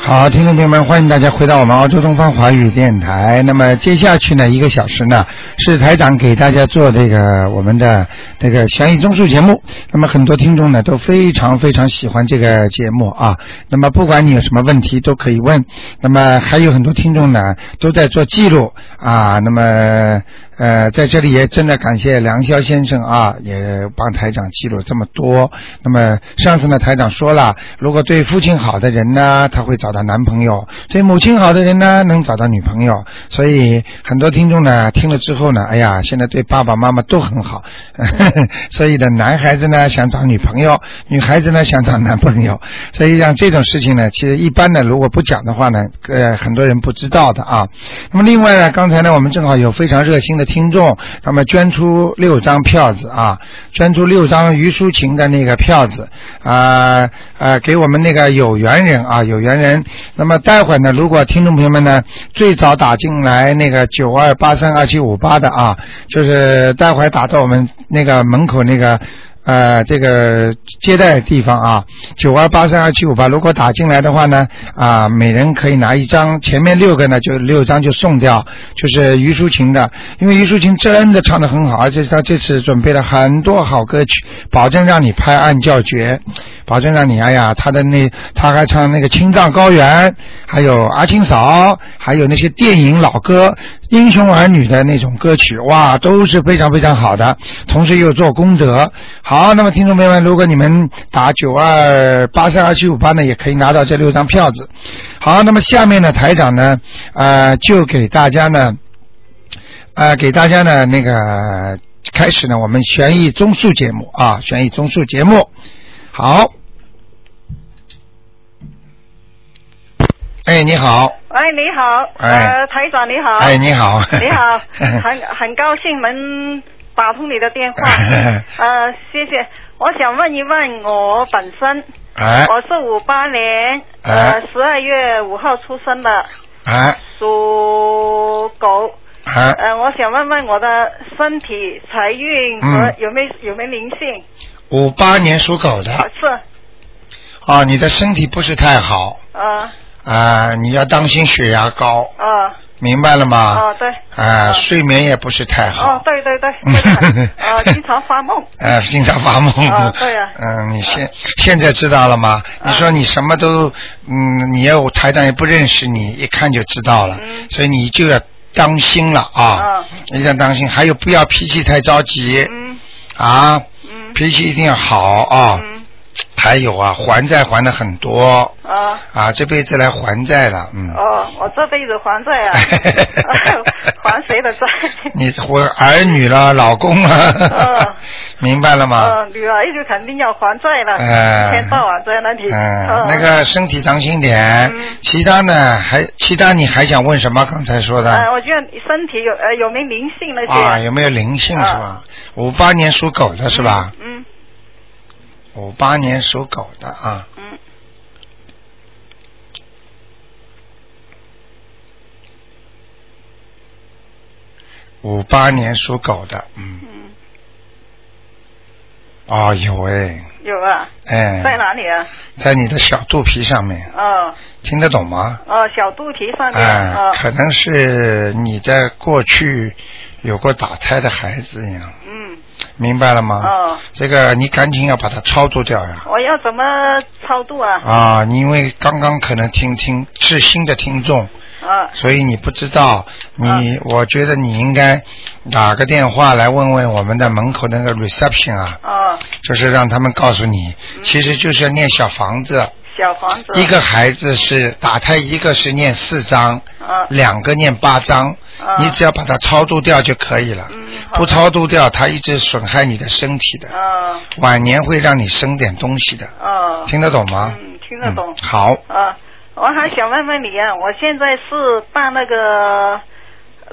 好，听众朋友们，欢迎大家回到我们澳洲东方华语电台。那么接下去呢，一个小时呢是台长给大家做这个我们的这个悬疑综述节目。那么很多听众呢都非常非常喜欢这个节目啊。那么不管你有什么问题都可以问。啊那么还有很多听众呢都在做记录啊。那么呃，在这里也真的感谢梁霄先生啊，也帮台长记录这么多。那么嗯上次呢，台长说了，如果对父亲好的人呢，他会找到男朋友；对母亲好的人呢，能找到女朋友。所以很多听众呢，听了之后呢，哎呀，现在对爸爸妈妈都很好。 所以呢，男孩子呢想找女朋友，女孩子呢想找男朋友。所以像这种事情呢，其实一般呢，如果不讲的话呢，呃，很多人不知道的啊。那么另外呢，刚才呢，我们正好有非常热心的听众，那么捐出六张票子啊，捐出六张于淑琴的那个票子啊啊、给我们那个有缘人啊，有缘人。那么待会儿呢，如果听众朋友们呢最早打进来那个九二八三二七五八的啊，就是待会儿打到我们那个门口那个。呃，这个接待地方啊，九二八三二七五八，如果打进来的话呢，啊，每人可以拿一张，前面六个呢就六张就送掉，就是于淑琴的，因为于淑琴真的唱得很好，而且她这次准备了很多好歌曲，保证让你拍案叫绝，保证让你哎呀，她的那她还唱那个青藏高原，还有阿青嫂，还有那些电影老歌、英雄儿女的那种歌曲，哇，都是非常非常好的，同时又做功德。好，那么听众朋友们，如果你们打九二八三二七五八呢，也可以拿到这六张票子。好，那么下面呢，台长呢，呃，就给大家呢，呃，给大家呢那个开始呢，我们悬疑综述节目啊，悬疑综述节目。好，哎，你好，喂，你好，哎呃，台长你好，哎，你好，你 好，很很高兴能打通你的电 话，呃，谢谢。我想问一问我本身，哎我是五八年，哎呃，十二月五号出生的，哎属狗。哎，呃，我想问问我的身体、财运和嗯有没有有没有灵性？五八年属狗的是，啊，你的身体不是太好。呃，啊、你要当心血压高，呃，明白了吗？哦，对，啊、哦睡眠也不是太好，哦，对对对，对的呃，经常发梦，呃，经常发梦。哦对呀 嗯嗯，你现现在知道了吗？你说你什么都，嗯，你要台长也不认识你，一看就知道了，嗯所以你就要当心了啊哦！一定要当心，还有不要脾气太着急、嗯啊，嗯脾气一定要好啊！嗯，还有啊，还债还的很多啊。啊，这辈子来还债了，嗯。哦，我这辈子还债 啊，还谁的债？你我儿女了，老公了嗯， 明白了吗？呃，女儿就肯定要还债了，哎一天到晚在那里。嗯呃，那个身体当心点嗯，其他呢还其他你还想问什么？刚才说呃，的我觉得你身体有呃有没有灵性那些？啊，有没有灵性是吧？五八年属狗的是吧？嗯五八年属狗的啊，嗯五八年属狗的，嗯，嗯，哦有哎，有啊，在哎，哪里啊？在你的小肚皮上面，哦听得懂吗？哦，小肚脐上面。哎哦，可能是你在过去有过打胎的孩子一样，嗯明白了吗？哦，这个你赶紧要把它操作掉呀！我要怎么超度啊？啊，你因为刚刚可能听听是新的听众，啊所以你不知道。你、我觉得你应该打个电话来问问我们的门口那个 reception 啊，哦，就是让他们告诉你，其实就是要念小房子。小房子。一个孩子是打胎，一个是念四张，啊两个念八张，啊你只要把它超度掉就可以了。嗯好不超度掉，它一直损害你的身体的，哦晚年会让你生点东西的。哦。听得懂吗？嗯，听得懂嗯。好，啊，我还想问问你啊，我现在是办那个呃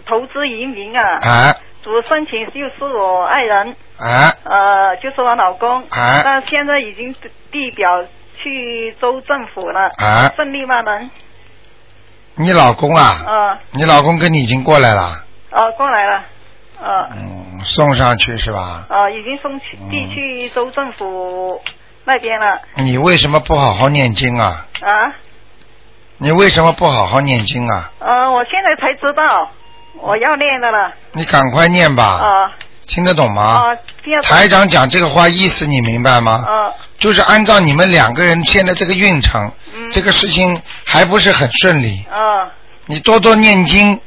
投资移民啊，哎主申请就是我爱人，哎呃，就是我老公，哎那现在已经递表去州政府了，哎，顺利吗？能？你老公啊？呃，你老公跟你已经过来了，哦，过来了，呃，嗯，送上去是吧？呃，已经送去递去州政府那边了你为什么不好好念经啊？啊。你为什么不好好念经啊？呃，我现在才知道我要念的了。你赶快念吧，啊听得懂吗？啊，第二台长讲这个话意思你明白吗？啊就是按照你们两个人现在这个运程，嗯这个事情还不是很顺利。啊你多多念经，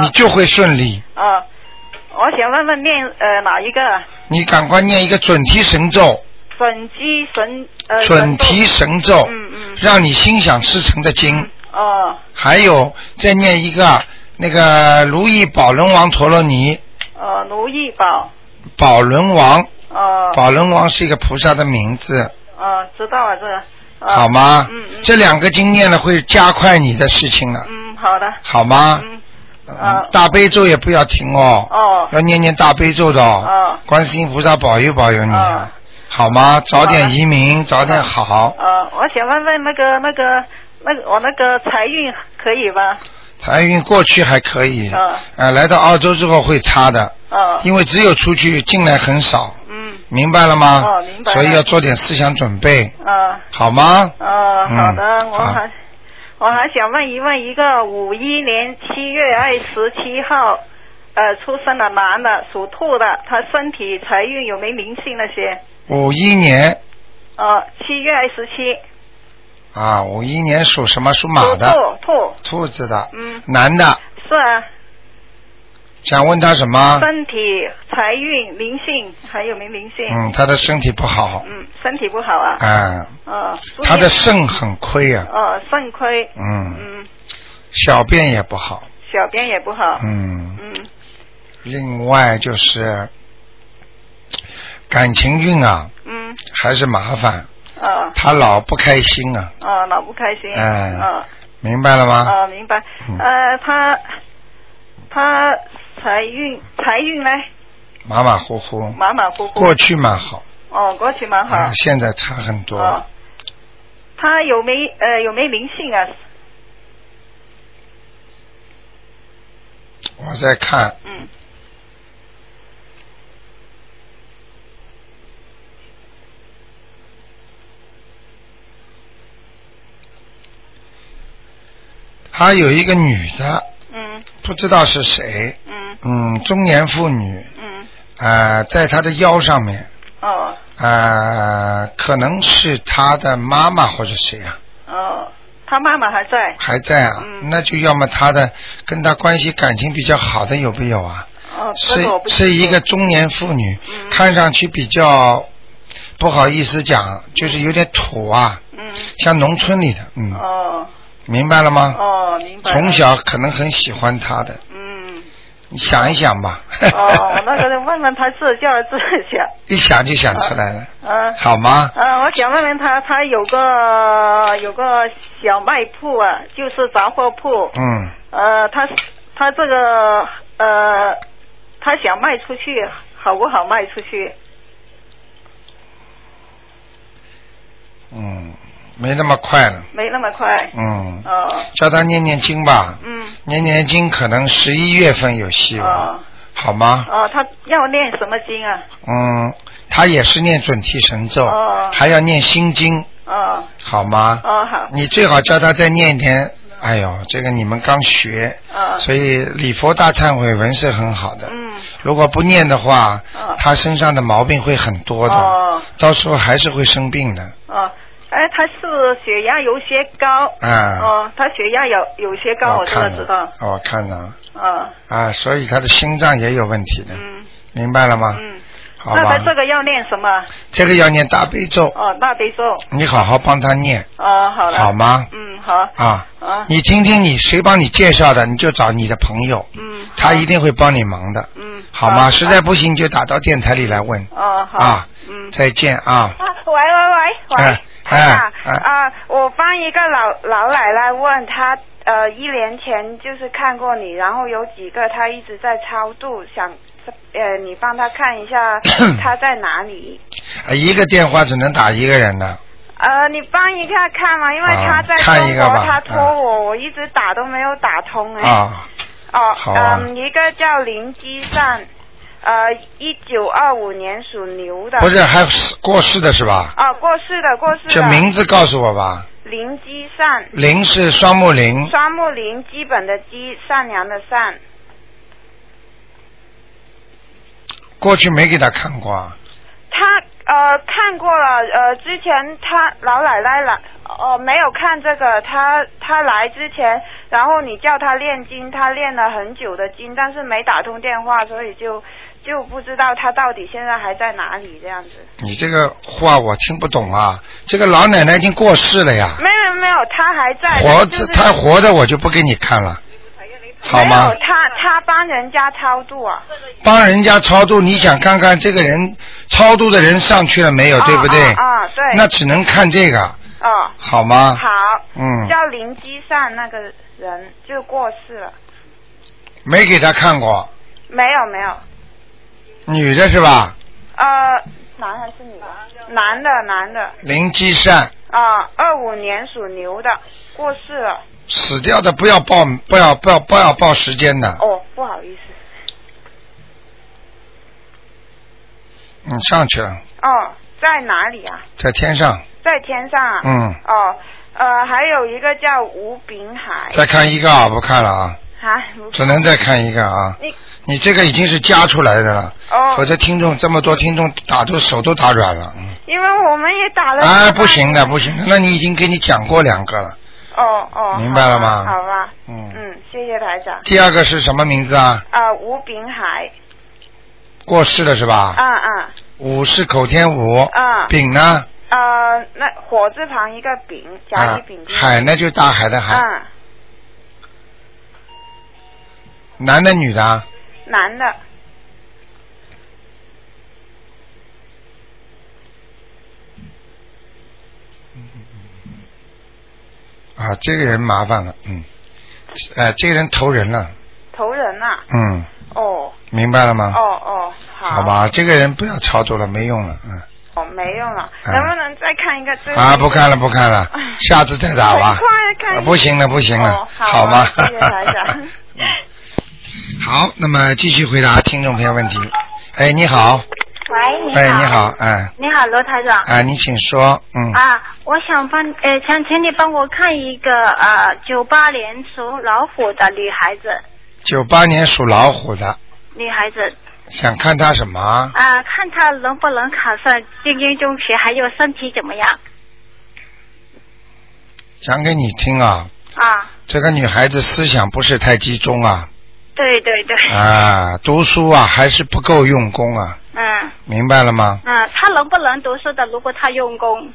你啊就会顺利。啊！我想问问念呃哪一个你赶快念一个准提神咒，准提神呃准提神神咒咒，嗯嗯让你心想事成的经。哦还有再念一个那个如意宝轮王陀罗尼，呃如意宝宝轮王，哦宝轮王是一个菩萨的名字，哦知道了这个呃好吗嗯嗯？这两个经念了会加快你的事情了，嗯好的好吗？嗯嗯大悲咒也不要停哦，哦要念念大悲咒的哦。哦观世音菩萨保佑保佑你哦啊，好吗？早好点的移民，早点好。呃我想问问那个那个那个我那个财运可以吧？财运过去还可以，哦呃，来到澳洲之后会差的，哦因为只有出去进来很少，嗯明白了吗？哦明白了所以要做点思想准备，啊。好吗？哦，好的，嗯我好还我还想问一问一个五一年七月二十七号呃出生的男的，属兔的，他身体财运有没灵性那些？五一年哦，七月二十七，啊，五一年属什么？属马属的，兔兔，兔子的，嗯，男的，是啊，想问他什么？身体财运灵性还有没灵性？嗯，他的身体不好，嗯，身体不好啊，啊，哦，注意他的肾很亏啊，哦肾亏，嗯，嗯，小便也不好，小便也不好，嗯，嗯另外就是感情运啊，嗯，还是麻烦，哦他老不开心啊，哦，老不开心，哎哦。明白了吗？哦，明白。嗯呃，他他财运财运呢马马虎虎，马马虎虎。过去蛮好，哦，过去蛮好。啊，现在差很多。哦。他有没呃有没灵性啊？我在看，嗯她有一个女的，嗯不知道是谁，嗯嗯，中年妇女，嗯啊，在她的腰上面，哦啊，可能是她的妈妈或者谁啊，哦，他妈妈还在。还在啊，嗯那就要么她的跟她关系感情比较好的有没有啊？哦，这是个我不清楚是一个。中年妇女，嗯看上去比较不好意思讲，就是有点土啊，嗯像农村里的，嗯，哦明白了吗？哦，明白了。从小可能很喜欢他的，嗯。你想一想吧。哦，我那个问问他自叫自 己。啊一想就想出来了，嗯。好吗？ 呃，我想问问他，他有个有个小卖铺啊，就是杂货铺。嗯，呃，他他这个呃，他想卖出去，好不好卖出去？嗯，没那么快了，没那么快。嗯，哦，叫他念念经吧，嗯，念念经可能十一月份有希望，哦好吗？哦，他要念什么经啊？嗯，他也是念准提神咒哦，还要念心经，哦好吗？哦好，你最好叫他再念一点。哎呦，这个你们刚学，哦嗯所以礼佛大忏悔文是很好的。嗯如果不念的话，哦他身上的毛病会很多的，哦到时候还是会生病的。哦，哎，他是血压有些高。啊哦，他血压有有些高，我我这个看知道了。，我看了哦，啊，所以他的心脏也有问题的，嗯明白了吗？嗯。好那吧他，这个要念什么？这个要念大悲咒，哦，大悲咒。你好好帮他念哦，好了。好吗嗯，好。啊。啊。你听听你谁帮你介绍的，你就找你的朋友，嗯。他一。定会帮你忙的，嗯。好吗？实在。不行就打到电台里来问。哦，好。啊嗯。再见啊，啊，喂喂喂喂哎，台长哎啊，我帮一个老老奶奶问她，呃，一年前就是看过你，然后有几个她一直在超度，想呃，你帮她看一 下她在哪里。啊一个电话只能打一个人的，呃，你帮一下看嘛，因为啊她在看一中个吧国，她啊托我，我一直打都没有打通哎。啊，哦，好啊嗯，一个叫林基善，呃，一九二五年属牛的。不是还死过世的是吧？哦，过世的，过世的。这名字告诉我吧，林基善，林是双木林，双木林，基本的基，善良的善。过去没给他看过啊。他呃看过了，呃之前他老奶奶来，呃没有看这个，他他来之前，然后你叫他练经，他练了很久的经，但是没打通电话，所以就就不知道他到底现在还在哪里这样子。你这个话我听不懂啊，这个老奶奶已经过世了呀，没有没有，他还在。活嗯就着是哎她活的我就不给你看了，好没吗有，？他他帮人家超度啊。帮人家超度，你想看看这个人超度的人上去了没有，对不对？啊、啊对。那只能看这个，哦，好吗？好，嗯，叫林基善那个人就过世了，没给他看过，没有没有，女的是吧？呃，男还是女的？男的男的，林积善啊、2二五年属牛的，过世了，死掉的不要报，不要不要不要报时间的。哦，不好意思，嗯，上去了，哦，在哪里啊？在天上。在天上啊？嗯，哦，呃，还有一个叫吴炳海，再看一个啊，不看了啊，啊，吴只能再看一个啊。你你这个已经是加出来的了，哦否，则听众这么多听众打都手都打软了。嗯因为我们也打了，啊，不行的，不行的，那你已经给你讲过两个了。哦哦，明白了吗好吧好吧，嗯，嗯，谢谢台长，第二个是什么名字啊？啊、吴炳海，过世了是吧？啊啊。武是口天武，啊丙呢？呃，那火字旁一个丙，甲啊乙丙，丁。海呢就大海的海，嗯，男的女的啊？男的，啊，这个人麻烦了，嗯，哎，这个人投人了，头人呐、嗯，哦，明白了吗？哦哦，好，啊好，吧，这个人不要操作了，没用了，嗯，哦，没用了，嗯能不能再看一个最后啊，不看了，不看 了哎，下次再打吧很快看一。啊不行了，不行了哦，好好啊吗？ 谢谢台长 嗯好，那么继续回答听众朋友问题。哎，你好，哎，喂，你好。你好，哎，你好，罗台长。啊，你请说，嗯，啊，我想帮呃，想请你帮我看一个呃，九八年属老虎的女孩子，九八年属老虎的，女孩子想看他什么啊？啊、看她能不能考上精英中学，还有身体怎么样讲给你听啊，啊？这个女孩子思想不是太集中啊，对对对，啊，读书啊还是不够用功啊，嗯明白了吗？嗯，她能不能读书的？如果她用功，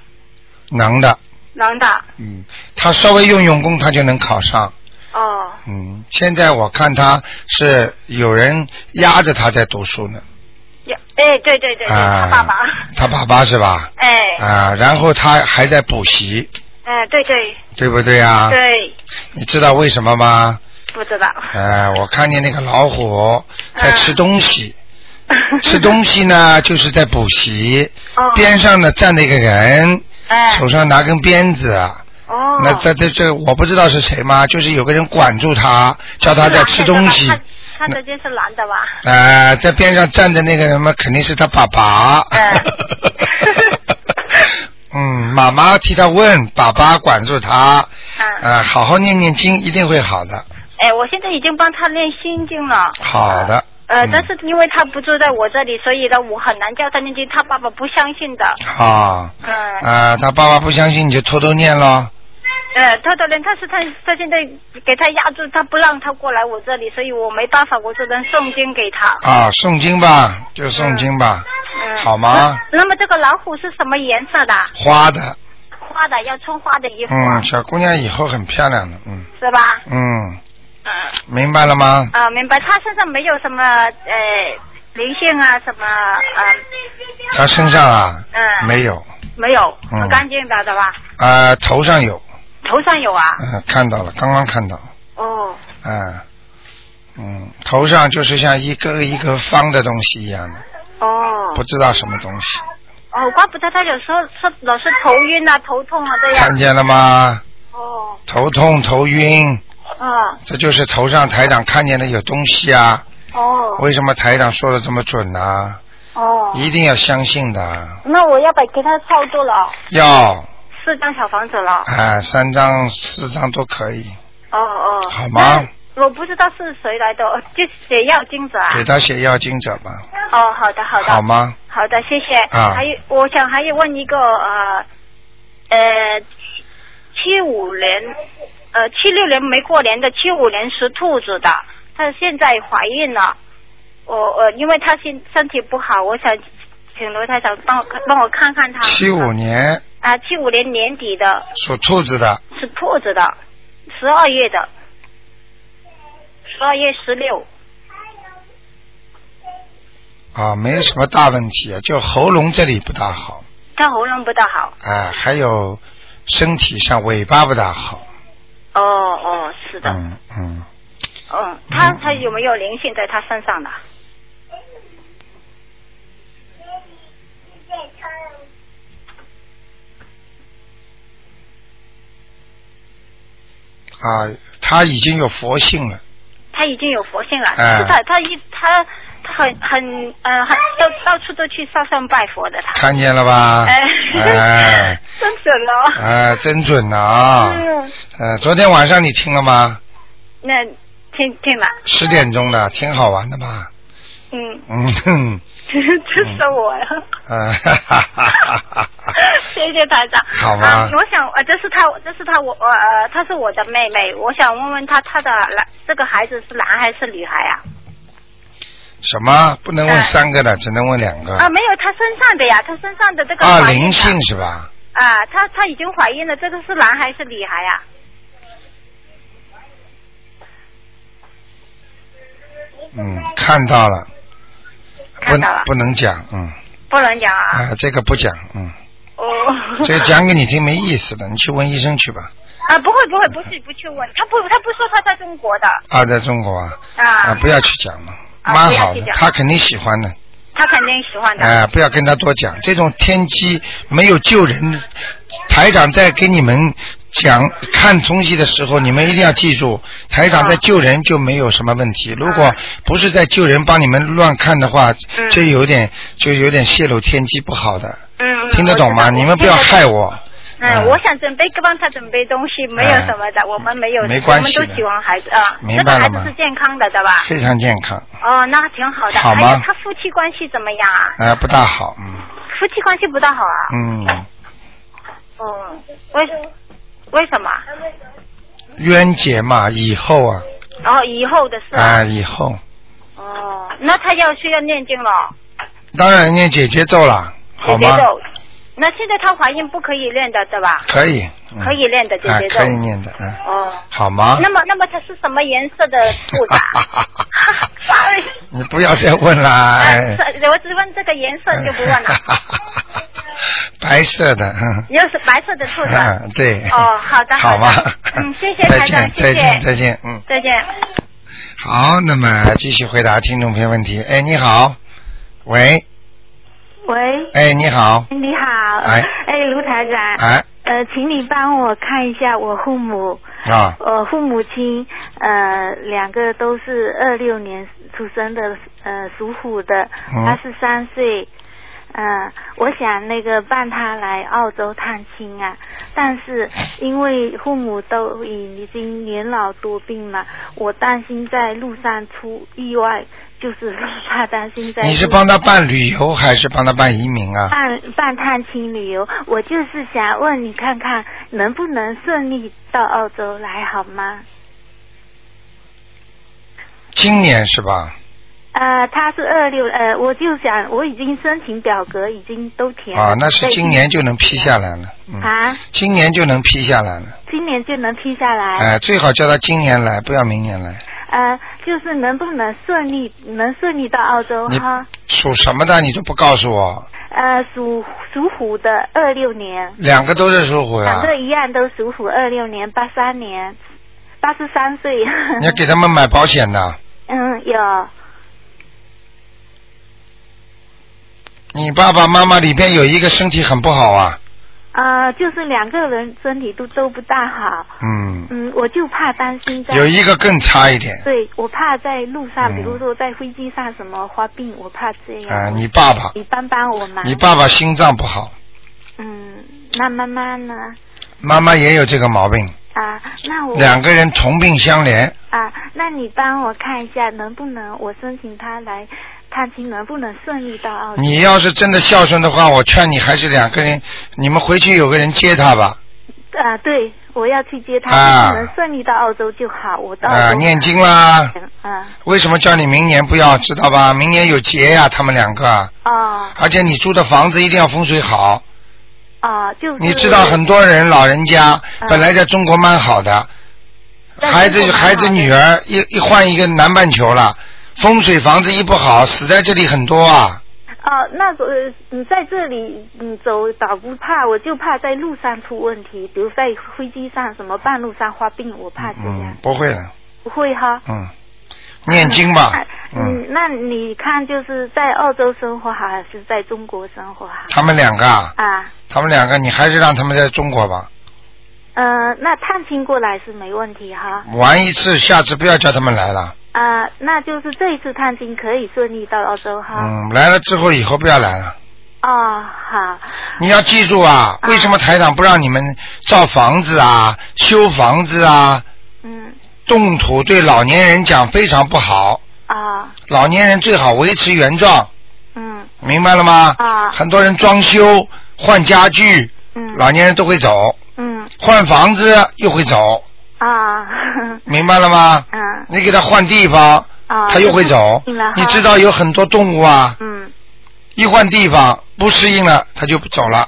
能的，能的嗯，她稍微用用功，她就能考上。哦嗯，现在我看她是有人压着她在读书呢，有哎，对对对对，啊，她爸爸，她爸爸是吧？哎啊，然后她还在补习，哎，对对对不对啊？对，你知道为什么吗？不知道，呃，我看见那个老嗯虎在吃东西，吃西东西呢就是在补习， 哦边上呢站着一个人，哎手上拿根鞭子，哦，那这这这我不知道是谁嘛，就是有个人管住他，叫他在吃东西是，男的吧他他直接是男的吧？呃，在边上站着那个人嘛，肯定是他爸爸。哎嗯，妈妈替他问，爸爸管住他，嗯，呃，好好念念经，一定会好的，哎，我现在已经帮他练心经了。好的。呃，嗯但是因为他不住在我这里，所以呢，我很难叫他念经，他爸爸不相信的。啊嗯，啊，他爸爸不相信，你就偷偷念喽。呃，他的人，但是他他现在给他压住，他不让他过来我这里，所以我没办法，我只能诵经给他。啊，诵经吧，就诵经吧，嗯，好吗？那？那么这个老虎是什么颜色的？花的，花的，要穿花的衣服，嗯，小姑娘以后很漂亮的，嗯是吧？嗯，嗯。明白了吗？啊，明白。他身上没有什么呃灵性啊，什么呃她身上啊，嗯没有，没有，嗯很干净的，对吧？啊，头上有，头上有啊。嗯，看到了，刚刚看到，哦，啊，嗯，头上就是像一个一个方的东西一样的，哦不，知道什么东西，哦，怪不得他有时候说老是头晕啊、头痛啊这看样。见了吗？哦，头痛、头晕，嗯，这就是头上台长看见的有东西啊，哦为什么台长说的这么准呢、哦，一定要相信的，那我要把给他操作了，要四张小房子了。啊，三张四张都可以，哦哦。好吗？我不知道是谁来的，哦就写药金子啊。给他写要经者吧，哦，好的，好的。好吗？好的，谢谢。啊还有，我想还有问一个呃呃七五年呃七六年没过年的，七五年是兔子的，她现在怀孕了。我呃，因为她现身体不好，我想请罗台长帮我看帮我看看她。七五年啊，七五年年底的属兔子的，是兔子的，十二月的，十二月十六。啊，没有什么大问题啊，就喉咙这里不大好，她喉咙不大好。啊，还有身体上尾巴不大好，哦哦，是的。嗯嗯，嗯，他他有没有灵性在他身上的？啊，他已经有佛性了，他已经有佛性了，哎是他他一他他很很呃很到到处都去烧香拜佛的他。看见了吧？哎，哎， 真准哦。啊，真准啊！嗯，呃，昨天晚上你听了吗？那听听了，十点钟的，挺好玩的吧？嗯， 嗯 哼，就是我呀。呃，哈哈哈哈哈。 谢谢台长。好吗嗯我想，呃，这是他，这是他，我我呃，她是我的妹妹，我想问问她，她的男这个孩子是男还是女孩啊？ 什么？不能问三个的，只能问两个。啊，没有，她身上的呀，她身上的这嗯个啊，怀孕的灵性是吧？啊，她她已经怀孕了，这个是男还是女孩啊呀、嗯，看到了，不看到了不能讲，嗯，不能讲啊。啊，这个不讲， 嗯，哦。这个讲给你听没意思的，你去问医生去吧。 啊，不会不会，不去不去问，他不他不说他在中国的啊，在中国啊，啊，啊，不要去讲了，啊蛮不要好去的，讲嗯他肯定喜欢的。他肯定喜欢的。哎、不要跟他多讲，这种天机没有救人。台长在给你们讲看东西的时候，你们一定要记住，台长在啊救人就没有什么问题。如果不是在救人，帮你们乱看的话，嗯这有点就有点泄露天机，不好的。嗯，嗯听得懂吗？你们不要。害我。我知道嗯，我想准备帮他准备东西，没有什么的，我们没有，哎没关系的我们都喜欢孩子啊。明这个白了孩吗子是健康的，对吧？非常健康，哦，那挺好的。好吗还有他夫妻关系怎么样啊？啊、不大好，嗯夫妻关系不大好啊。嗯，嗯。为为什么？冤结嘛，以后啊，哦，以后的事啊、啊。以后，哦，那他要需要念经了，当然念姐姐咒了，好姐姐吗？咒。那现在她怀孕不可以念的，对吧？可以，嗯可以练的姐啊姐，咒可以念的，嗯，哦。好吗？那么，那么它是什么颜色的兔子 啊？Sorry，你不要再问啦，哎啊是我只问这个颜色就不问了。 白色的，嗯又是白色的兔子。嗯，对。哦好的好好的吗？嗯谢谢再台见，长 再谢谢见，再见，嗯。再见。好，那么继续回答听众朋友问题。哎，你好，喂，喂，哎，你好，你好，哎卢台长，哎，呃，请你帮我看一下我父母，啊，我父母亲，呃，两个都是二六年出生的，呃，属虎的，嗯八十三岁，呃，我想那个伴他来澳洲探亲啊，但是因为父母都已经年老多病了，我担心在路上出意外，就是怕担心在你是路帮他办旅游还是帮他办移民啊？办办探亲旅游，我就是想问你看看能不能顺利到澳洲来好吗？今年是吧？呃，他是二六，呃，我就想我已经申请表格已经都填了。啊，那是对今年就能批下来了，嗯，啊，今年就能批下来了。今年就能批下来。哎，最好叫他今年来，不要明年来。呃，就是能不能顺利，能顺利到澳洲你哈？属什么的你都不告诉我，呃，属属虎的二六年，两个都是属虎两的，个一样都属虎，二六年八三年，八十三岁。你要给他们买保险的。 嗯，有。你爸爸妈妈里边有一个身体很不好啊，呃，就是两个人身体都都不大好，嗯，嗯，我就怕担心在有一个更差一点对，我怕在路上，嗯比如说在飞机上什么发病，我怕这样。啊，你爸爸，你帮帮我忙。你爸爸心脏不好，嗯，那妈妈呢？妈妈也有这个毛病，啊，那我两个人同病相怜，啊，那你帮我看一下，能不能我申请他来探亲，能不能顺利到澳洲？你要是真的孝顺的话，我劝你还是两个人，你们回去有个人接他吧，啊，对，我要去接他，啊能顺利到澳洲就好。我到啊，念经啦。啊，为什么叫你明年不要？知道吧？明年有劫呀、他们两个，啊哦而且你住的房子一定要风水好。哦，就是你知道很多人老人家嗯本来在中国蛮好的，孩子在中国蛮孩子好的女儿一一换一个南半球了，风水房子一不好，死在这里很多啊。哦，那个你在这里你走倒不怕，我就怕在路上出问题，比如在飞机上什么半路上发病，我怕这样。嗯，不会的，不会哈。嗯，念经吧，嗯，嗯，那你看就是在澳洲生活好还是在中国生活好？他们两个啊，啊，他们两个，你还是让他们在中国吧，呃，那探亲过来是没问题哈。玩一次，下次不要叫他们来了。啊、那就是这一次探亲可以顺利到澳洲哈。嗯，来了之后以后不要来了。哦，好，你要记住啊，为什么台长不让你们造房子啊、修房子啊？嗯，动土对老年人讲非常不好，啊、老年人最好维持原状，嗯明白了吗？啊很多人装修、换家具，嗯老年人都会走；嗯换房子又会走，啊， 嗯明白了吗？啊，你给他换地方，他又会走嗯了。你知道有很多动物啊，嗯一换地方不适应了，他就不走了，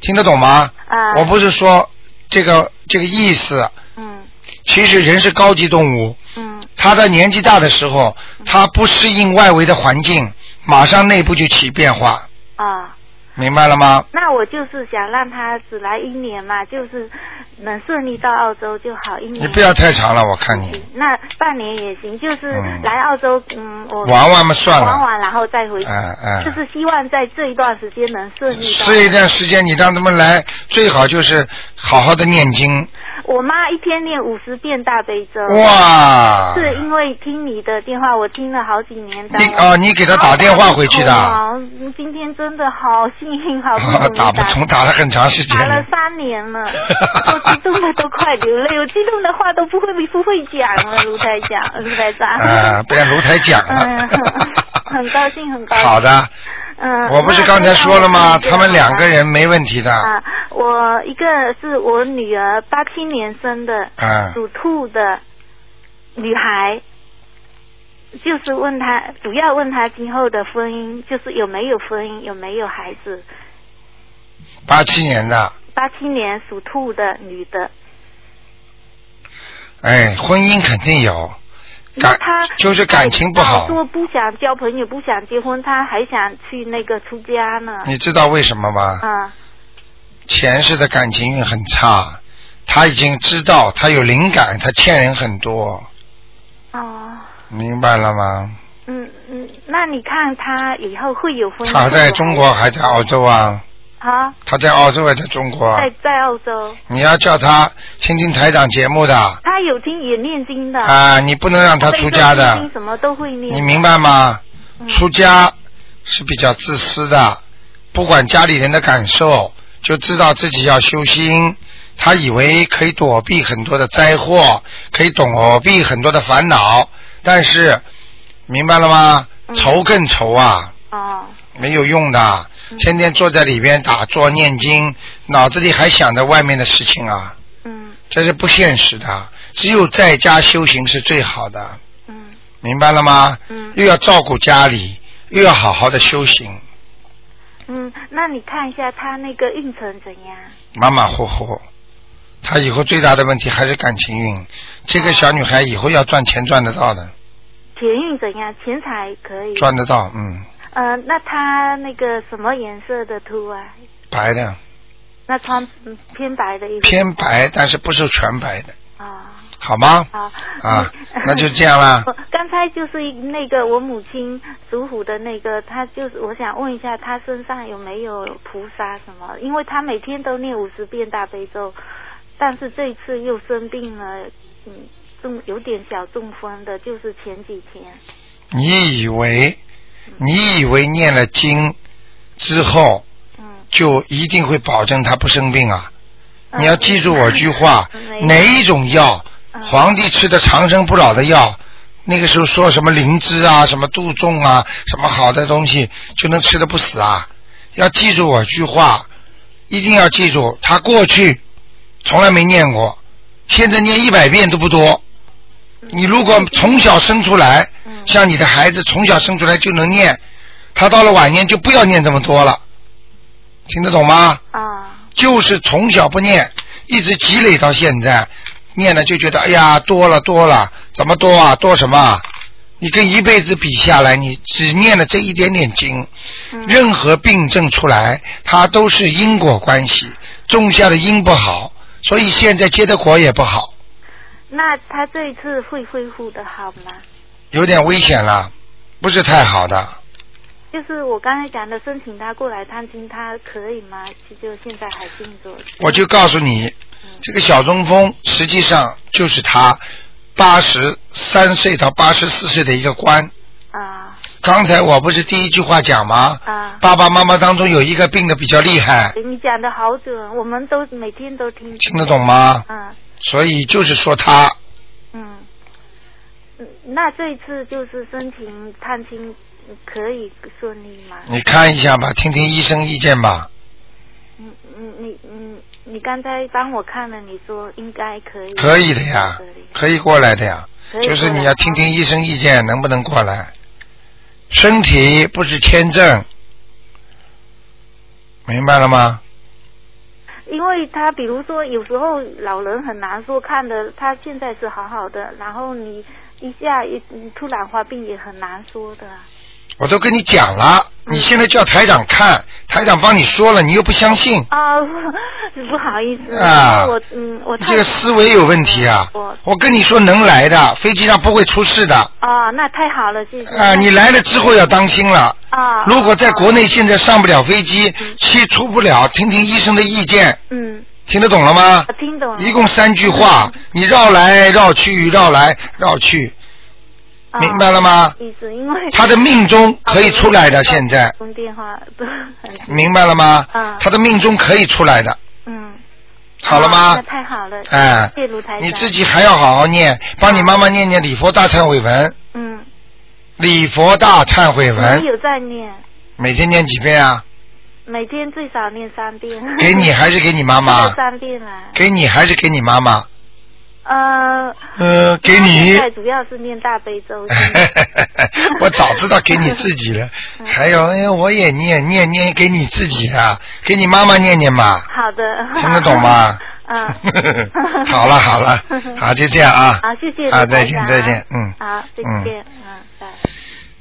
听得懂吗？啊，我不是说这个这个意思，嗯其实人是高级动物，嗯他在年纪大的时候，他不适应外围的环境，马上内部就起变化，啊。明白了吗？那我就是想让他只来一年嘛，就是能顺利到澳洲就好一年。你不要太长了，我看你那半年也行，就是嗯来澳洲，嗯，我玩玩嘛算玩了，完然后再回去，哎哎就是希望在这一段时间能顺利到。这一段时间你让他们来，最好就是好好的念经，我妈一天念五十遍大悲咒。！哇，嗯是因为听你的电话，我听了好几年的。你哦，你给他打电话回去的，啊，哦今天真的好幸运，好不容 易打不通，打了很长时间打 了了。三年了，我激动的都快流泪，我激动的话都不会不会讲了，卢台讲，卢台 长。啊，被卢台讲了。嗯，很高兴，很高 兴。好的，的，嗯。我不是刚才说了吗？他们两个人。人没问题的。啊，我一个是我女儿，八七年生的，嗯，属兔的女孩，就是问她，主要问她今后的婚姻，就是有没有婚姻，有没有孩子。八七年的，八七年属兔的女的，哎，婚姻肯定有，那感她就是感情不好。说不想交朋友，不想结婚，她还想去那个出家呢。你知道为什么吗？啊前世的感情运很差，他已经知道，他有灵感，他欠人很多，哦，明白了吗？嗯嗯，那你看她以后会有婚姻？他在中国还在澳洲啊，啊，他在澳洲还在中国啊。在在澳洲，你要叫他听听台长节目的她有听也念经的，啊，你不能让他非出洲家的。念经什么都会念。你明白吗？嗯出家是比较自私的，不管家里人的感受，就知道自己要修心。他以为可以躲避很多的灾祸，可以躲避很多的烦恼，但是明白了吗？嗯愁更愁啊，哦，没有用的，嗯天天坐在里边打坐念经，脑子里还想着外面的事情啊，嗯这是不现实的。只有在家修行是最好的。嗯明白了吗？嗯又要照顾家里，又要好好的修行，嗯，那你看一下她那个运程怎样？马马虎虎。她以后最大的问题还是感情运。这个小女孩以后要赚钱赚得到的，钱运怎样？钱财可以。赚得到，嗯，呃，那她那个什么颜色的兔啊？白的那穿嗯偏白的衣服。偏白，但是不是全白的，啊、好吗？好啊嗯，那就这样 啦。我刚才就是一那个我母亲属虎的那个，她就是我想问一下，她身上有没有菩萨什么？因为她每天都念五十遍大悲咒，但是这一次又生病了，嗯，中有点小中风的，就是前几天。你以为你以为念了经之后嗯，就一定会保证他不生病啊？嗯你要记住我句话没，有哪一种药， 嗯皇帝吃的长生不老的药，那个时候说什么灵芝啊、什么杜仲啊、什么好的东西，就能吃的不死啊？要记住我句话，一定要记住，他过去从来没念过，现在念一百遍都不多。你如果从小生出来，嗯像你的孩子从小生出来就能念，他到了晚年就不要念这么多了，听得懂吗？啊，就是从小不念，一直积累到现在，念了就觉得哎呀多了多了，怎么多啊多什么啊？你跟一辈子比下来，你只念了这一点点经，嗯任何病症出来，它都是因果关系，种下的因不好，所以现在结的果也不好，那她这一次会恢复的好吗？有点危险了，不是太好的。就是我刚才讲的，申请她过来探亲，她可以吗？就就现在还嗯静坐。我就告诉你，这个小中风实际上就是他八十三岁到八十四岁的一个关。啊刚才我不是第一句话讲吗？啊！爸爸妈妈当中有一个病的比较厉害，你讲的好准，我们都每天都听。听得懂吗？嗯所以就是说他，嗯，嗯那这一次就是申请探亲嗯可以顺利吗？你看一下吧，听听医生意见吧。嗯嗯你嗯你刚才帮我看了，你说应该可以。可以的呀可以，可以过来的呀，可以就是过来你要听听医生意见，能不能过来？身体不是签证，明白了吗？因为他比如说有时候老人很难说看的，他现在是好好的，然后你一下一你突然发病也很难说的。我都跟你讲了，你现在叫台长看，台长帮你说了，你又不相信，啊， 不好意思，啊我嗯我你太这个思维有问题啊！我我跟你说，能来的飞机上不会出事的啊、啊，那太好了，谢谢。你来了之后要当心了。嗯啊，嗯如果在国内，内现在上不了飞机，去出不了，听听医生的意见，嗯，听得懂了吗我？听懂了。一共三句话，嗯你绕来绕去，绕来绕去，啊明白了吗？意思，因为他的 命中可以出来的，啊现在通电话不很明白了吗嗯？他的命中可以出来的，嗯，好了啊吗那？太好了，哎谢谢卢台长。你自己还要好好念，帮你妈妈念念礼佛大忏悔文，嗯，礼佛大忏悔我文，有在念，每天念几遍 啊？每天最少念三遍。给你还是给你妈妈妈？三遍啦。给你还是给你妈妈？呃，呃，给你现。在主要是念大悲咒。 我早知道给你自己了，嗯还有，哎呀，我也念念念给你自己啊，给你妈妈念念嘛，好的。听得懂吗？。嗯 好了好 了，好就这样啊。好，谢谢。啊，再见再见，嗯。好，再嗯见，嗯，拜。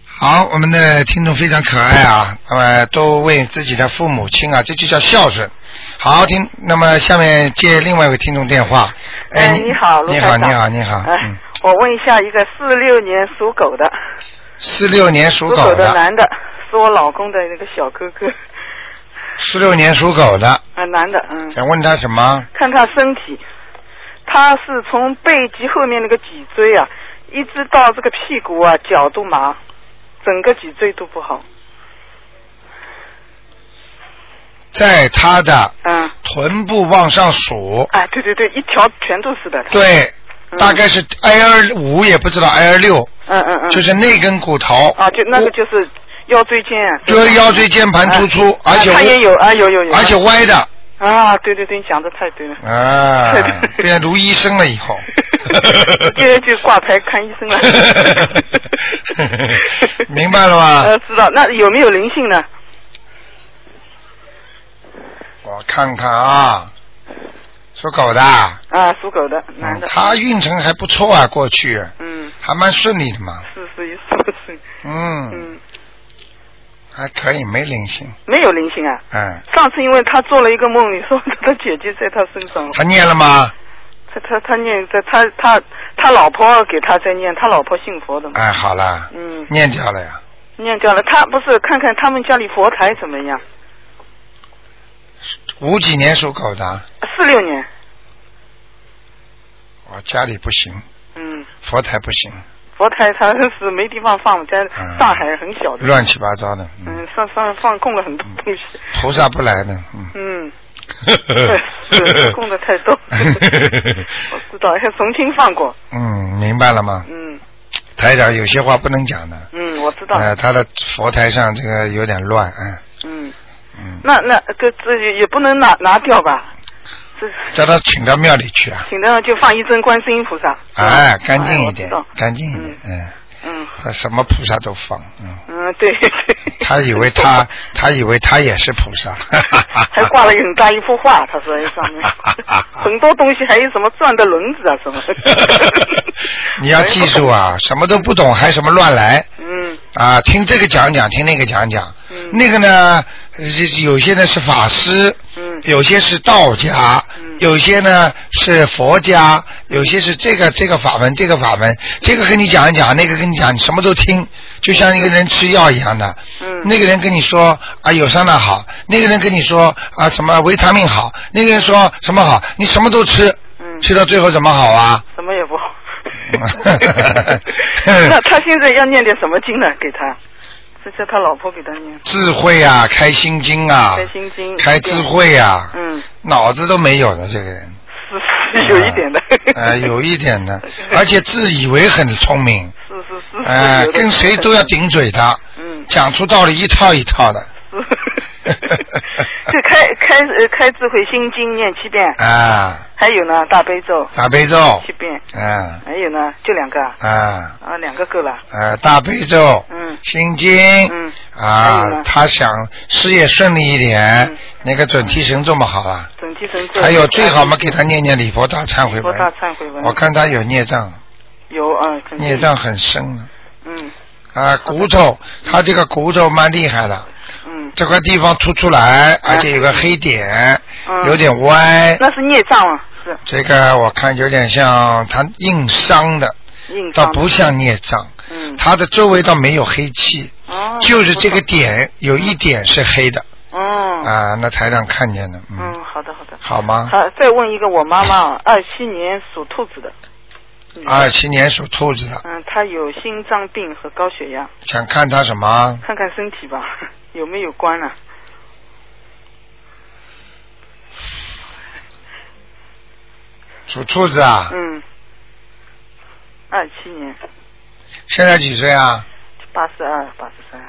好，我们的听众非常可爱啊，那么都为自己的父母亲啊，这就叫孝顺。嗯好，听，那么下面接另外一个听众电话。哎，哎，你好，卢你台好，长。你好，你好。哎嗯，我问一下，一个四六年属狗的，四六年属狗的的，男的，是我老公的那个小哥 哥，四六年属狗的，啊，男的，嗯，想问他什么？看他身体，他是从背脊后面那个脊椎啊，一直到这个屁股啊，脚都麻，整个脊椎都不好，在他的嗯，臀部往上数，哎，对对对，一条全都是的，对，嗯大概是 I 二五，也不知道 I 二六，嗯嗯嗯，就是那根骨头，啊，就那个就是腰椎间啊，就是腰椎间盘突出，啊而且他也有啊，有有有，而且歪的。啊，对对对，你讲的太对了。，啊，变卢医生了以后。现在就挂牌看医生了 明白了吗 呃，知道。那有没有灵性呢？我看看啊，属狗的啊，啊，属狗的，男嗯的。他运程还不错啊，过去嗯，还蛮顺利的嘛，四十一，四十岁。嗯，嗯，还可以，没灵性，没有灵性啊。嗯，上次因为他做了一个梦，你说他姐姐在他身上，他念了吗？他他他念他他他他老婆给他在念，他老婆信佛的嘛，哎，好了，嗯，念掉了呀，念掉了。他不是看看他们家里佛台怎么样？五几年属狗的，四六年，我家里不行，嗯，佛台不行，佛台他是没地方放，在嗯上海很小的，乱七八糟的，嗯，嗯，上上放供了很多东西，菩萨不来的， 嗯， 嗯，是供的太多，我知道，还重新放过， 嗯，明白了吗？嗯台长有些话不能讲的，嗯，我知道，呃，他的佛台上这个有点乱，哎，嗯，嗯，那那这这也也不能拿拿掉吧？这叫他请到庙里去啊，请的就放一尊观世音菩萨，哎嗯，干净一我知点道，干净一点，嗯，嗯他什么菩萨都放，嗯。嗯，对对。他以为他，他以为他也是菩萨，。还挂了很大一幅画，他说在上面很多东西，还有什么转的轮子啊什么 你要记住啊，什么都不懂还什么乱来 嗯啊！听这个讲讲，听那个讲讲，嗯那个呢，呃有些呢是法师，嗯有些是道家，嗯有些呢是佛家，有些是这个这个法门，这个法门，这个跟你讲一讲，那个跟你讲，你什么都听，就像一个人吃药一样的。嗯那个人跟你说啊有桑拿好，那个人跟你说啊什么维他命好，那个人说什么好，你什么都吃，嗯，吃到最后怎么好啊？什么也不好。 那他现在要念点什么经呢？给他，是叫他老婆给他念智慧啊，开心经啊，开心经。开智。慧啊，嗯，脑子都没有的这个 人。是是有一点的。呃，有一点的，而且自以为很聪明， 是是是 是。 呃，有的跟谁都要。顶嘴的，嗯。讲出道理一套一套的，是 就开开呃开智慧心经念七遍，啊，还有呢大悲咒大悲 咒七，遍，啊还有呢就两个啊，啊啊两个够了，呃，大悲咒，嗯心经，嗯还有啊，呢他想事业顺利一点嗯，那个准提神咒嘛好了，整体神咒。还有最好嘛给他念念礼佛大忏悔礼佛大文，忏悔文。我看他有孽障，有啊，整体孽障很深了嗯啊，骨头，他这个骨头蛮厉害的。嗯这块地方凸出来，而且有个黑点，嗯，有点歪。那是孽障啊，是这个我看有点像他硬伤的，硬倒伤。不像孽障。嗯他的周围倒没有黑气，哦就是这个点有一点是黑的哦啊。那台上看见的，嗯，嗯好的好的。好吗？好，再问一个，我妈妈二七年属兔子的，嗯二七年属兔子的，嗯，她有心脏病和高血压，想看他什么？看看身体吧，有没有关啊？属兔子啊，嗯，二七年，现在几岁啊？八十二、八十三，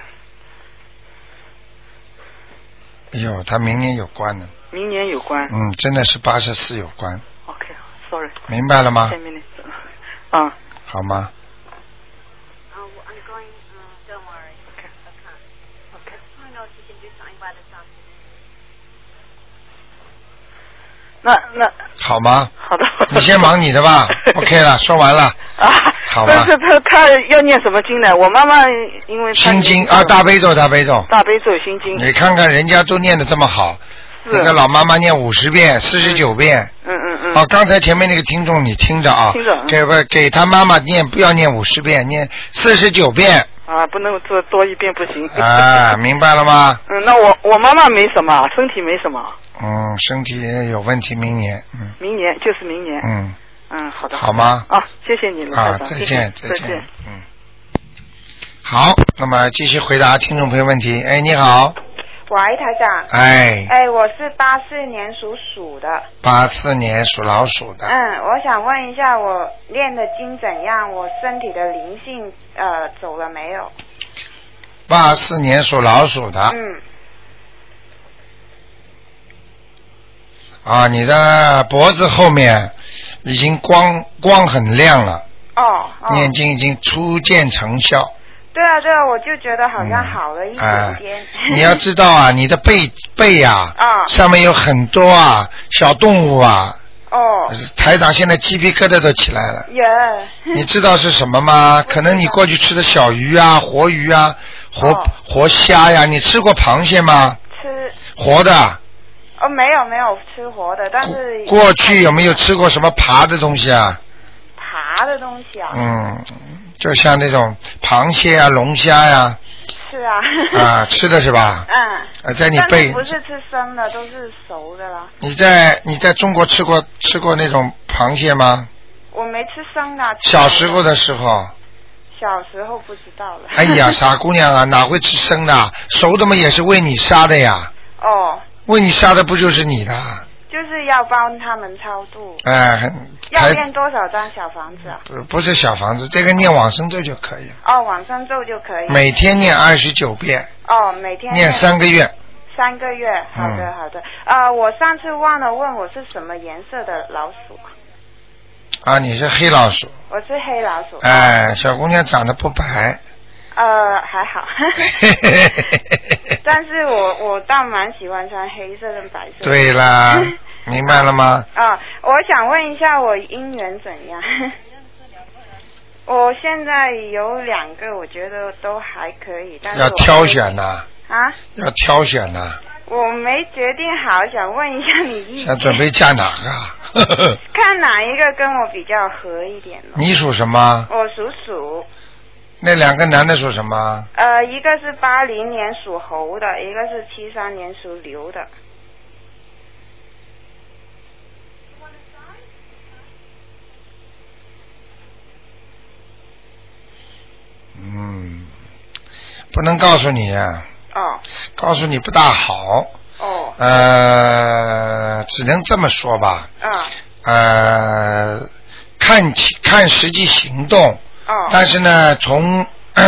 哎呦，他明年有关的，明年有关。嗯，真的是八十四有关， OK，sorry，、明白了吗下？面的。 啊，好吗？那那好 吗？好的。你先忙你的 吧，OK 了，说完了。 啊，好吧但是他他要念什么经呢？我妈妈因为她心经啊，大悲咒，大悲咒，大悲咒心经你看看人家都念的这么好，是那个老妈妈念五十遍、四十九遍。嗯嗯嗯好，刚才前面那个听众你听着啊听着，嗯给不给他妈妈念，不要念五十遍，念四十九 遍啊，不能做多一遍不行。啊，明白了吗？ 嗯，那我我妈妈没什么，身体没什么，嗯，身体有问题，明年，嗯明年就是明年。嗯，嗯，好的。好吗？啊，谢谢你，罗啊台，长，再谢谢见，再见，嗯。好，那么继续回答听众朋友问题。哎，你好，喂，台长。哎，啊哎，我是八四年属鼠的，八四年属老鼠的，嗯，我想问一下我练的经怎样，我身体的灵性呃走了没有？八四年属老鼠的、嗯，啊，你的脖子后面已经光光很亮了，哦哦，念经已经初见成效，对啊对啊，我就觉得好像嗯好了一哎点点。你要知道啊，你的背背啊，啊上面有很多啊小动物啊， 哦，台长现在鸡皮疙瘩都起来 了。耶，你知道是什么吗？可能你过去吃的小鱼啊、活鱼啊、活、哦活虾呀，你吃过螃蟹吗？吃活的，哦，没有没有吃活的，但是过去有没有吃过什么爬的东西啊？爬的东西啊？嗯，就像那种螃蟹啊、龙虾 呀是啊。啊吃的是吧？ 嗯。啊，在你但背是不是吃生的，都是熟的啦。你在你在中国吃过吃过那种螃蟹吗？我没吃生的。吃小时候的时候，小时候不知道了。哎 呀，傻姑娘啊，哪会吃生的啊？熟的嘛也是为你杀的呀，哦，为你杀的不就是你的啊？就是要帮他们超度，哎，很要台念多少张小房子啊？不不是小房子，这个念往生咒就可以了，哦，往上咒就可以。每天念二十九遍，哦，每天念三个月。三个月，好的、嗯好的。啊、我上次忘了问我是什么颜色的老鼠，啊，你是黑老鼠，我是黑老鼠。哎，小姑娘长得不白， 呃，还 好，嘿嘿嘿嘿嘿嘿但是我我倒蛮喜欢穿黑色跟白色的。对 啦，明白了吗？啊、我想问一下我姻缘怎样？ 我现在有两个，我觉得都还可以，但是要我挑选呐、啊，要挑选呐、我没决定好，想问一下你意想见，准备嫁哪个 啊？呵呵呵 看哪一个跟我比较合一点咯你属什么？我属鼠，那两个男的属什么？呃，一个是八零年属猴的，一个是七三年属牛的。嗯，不能告诉你啊，哦告诉你不大好。哦，呃，只能这么说吧。嗯呃，看起看实际行动，哦但是呢，从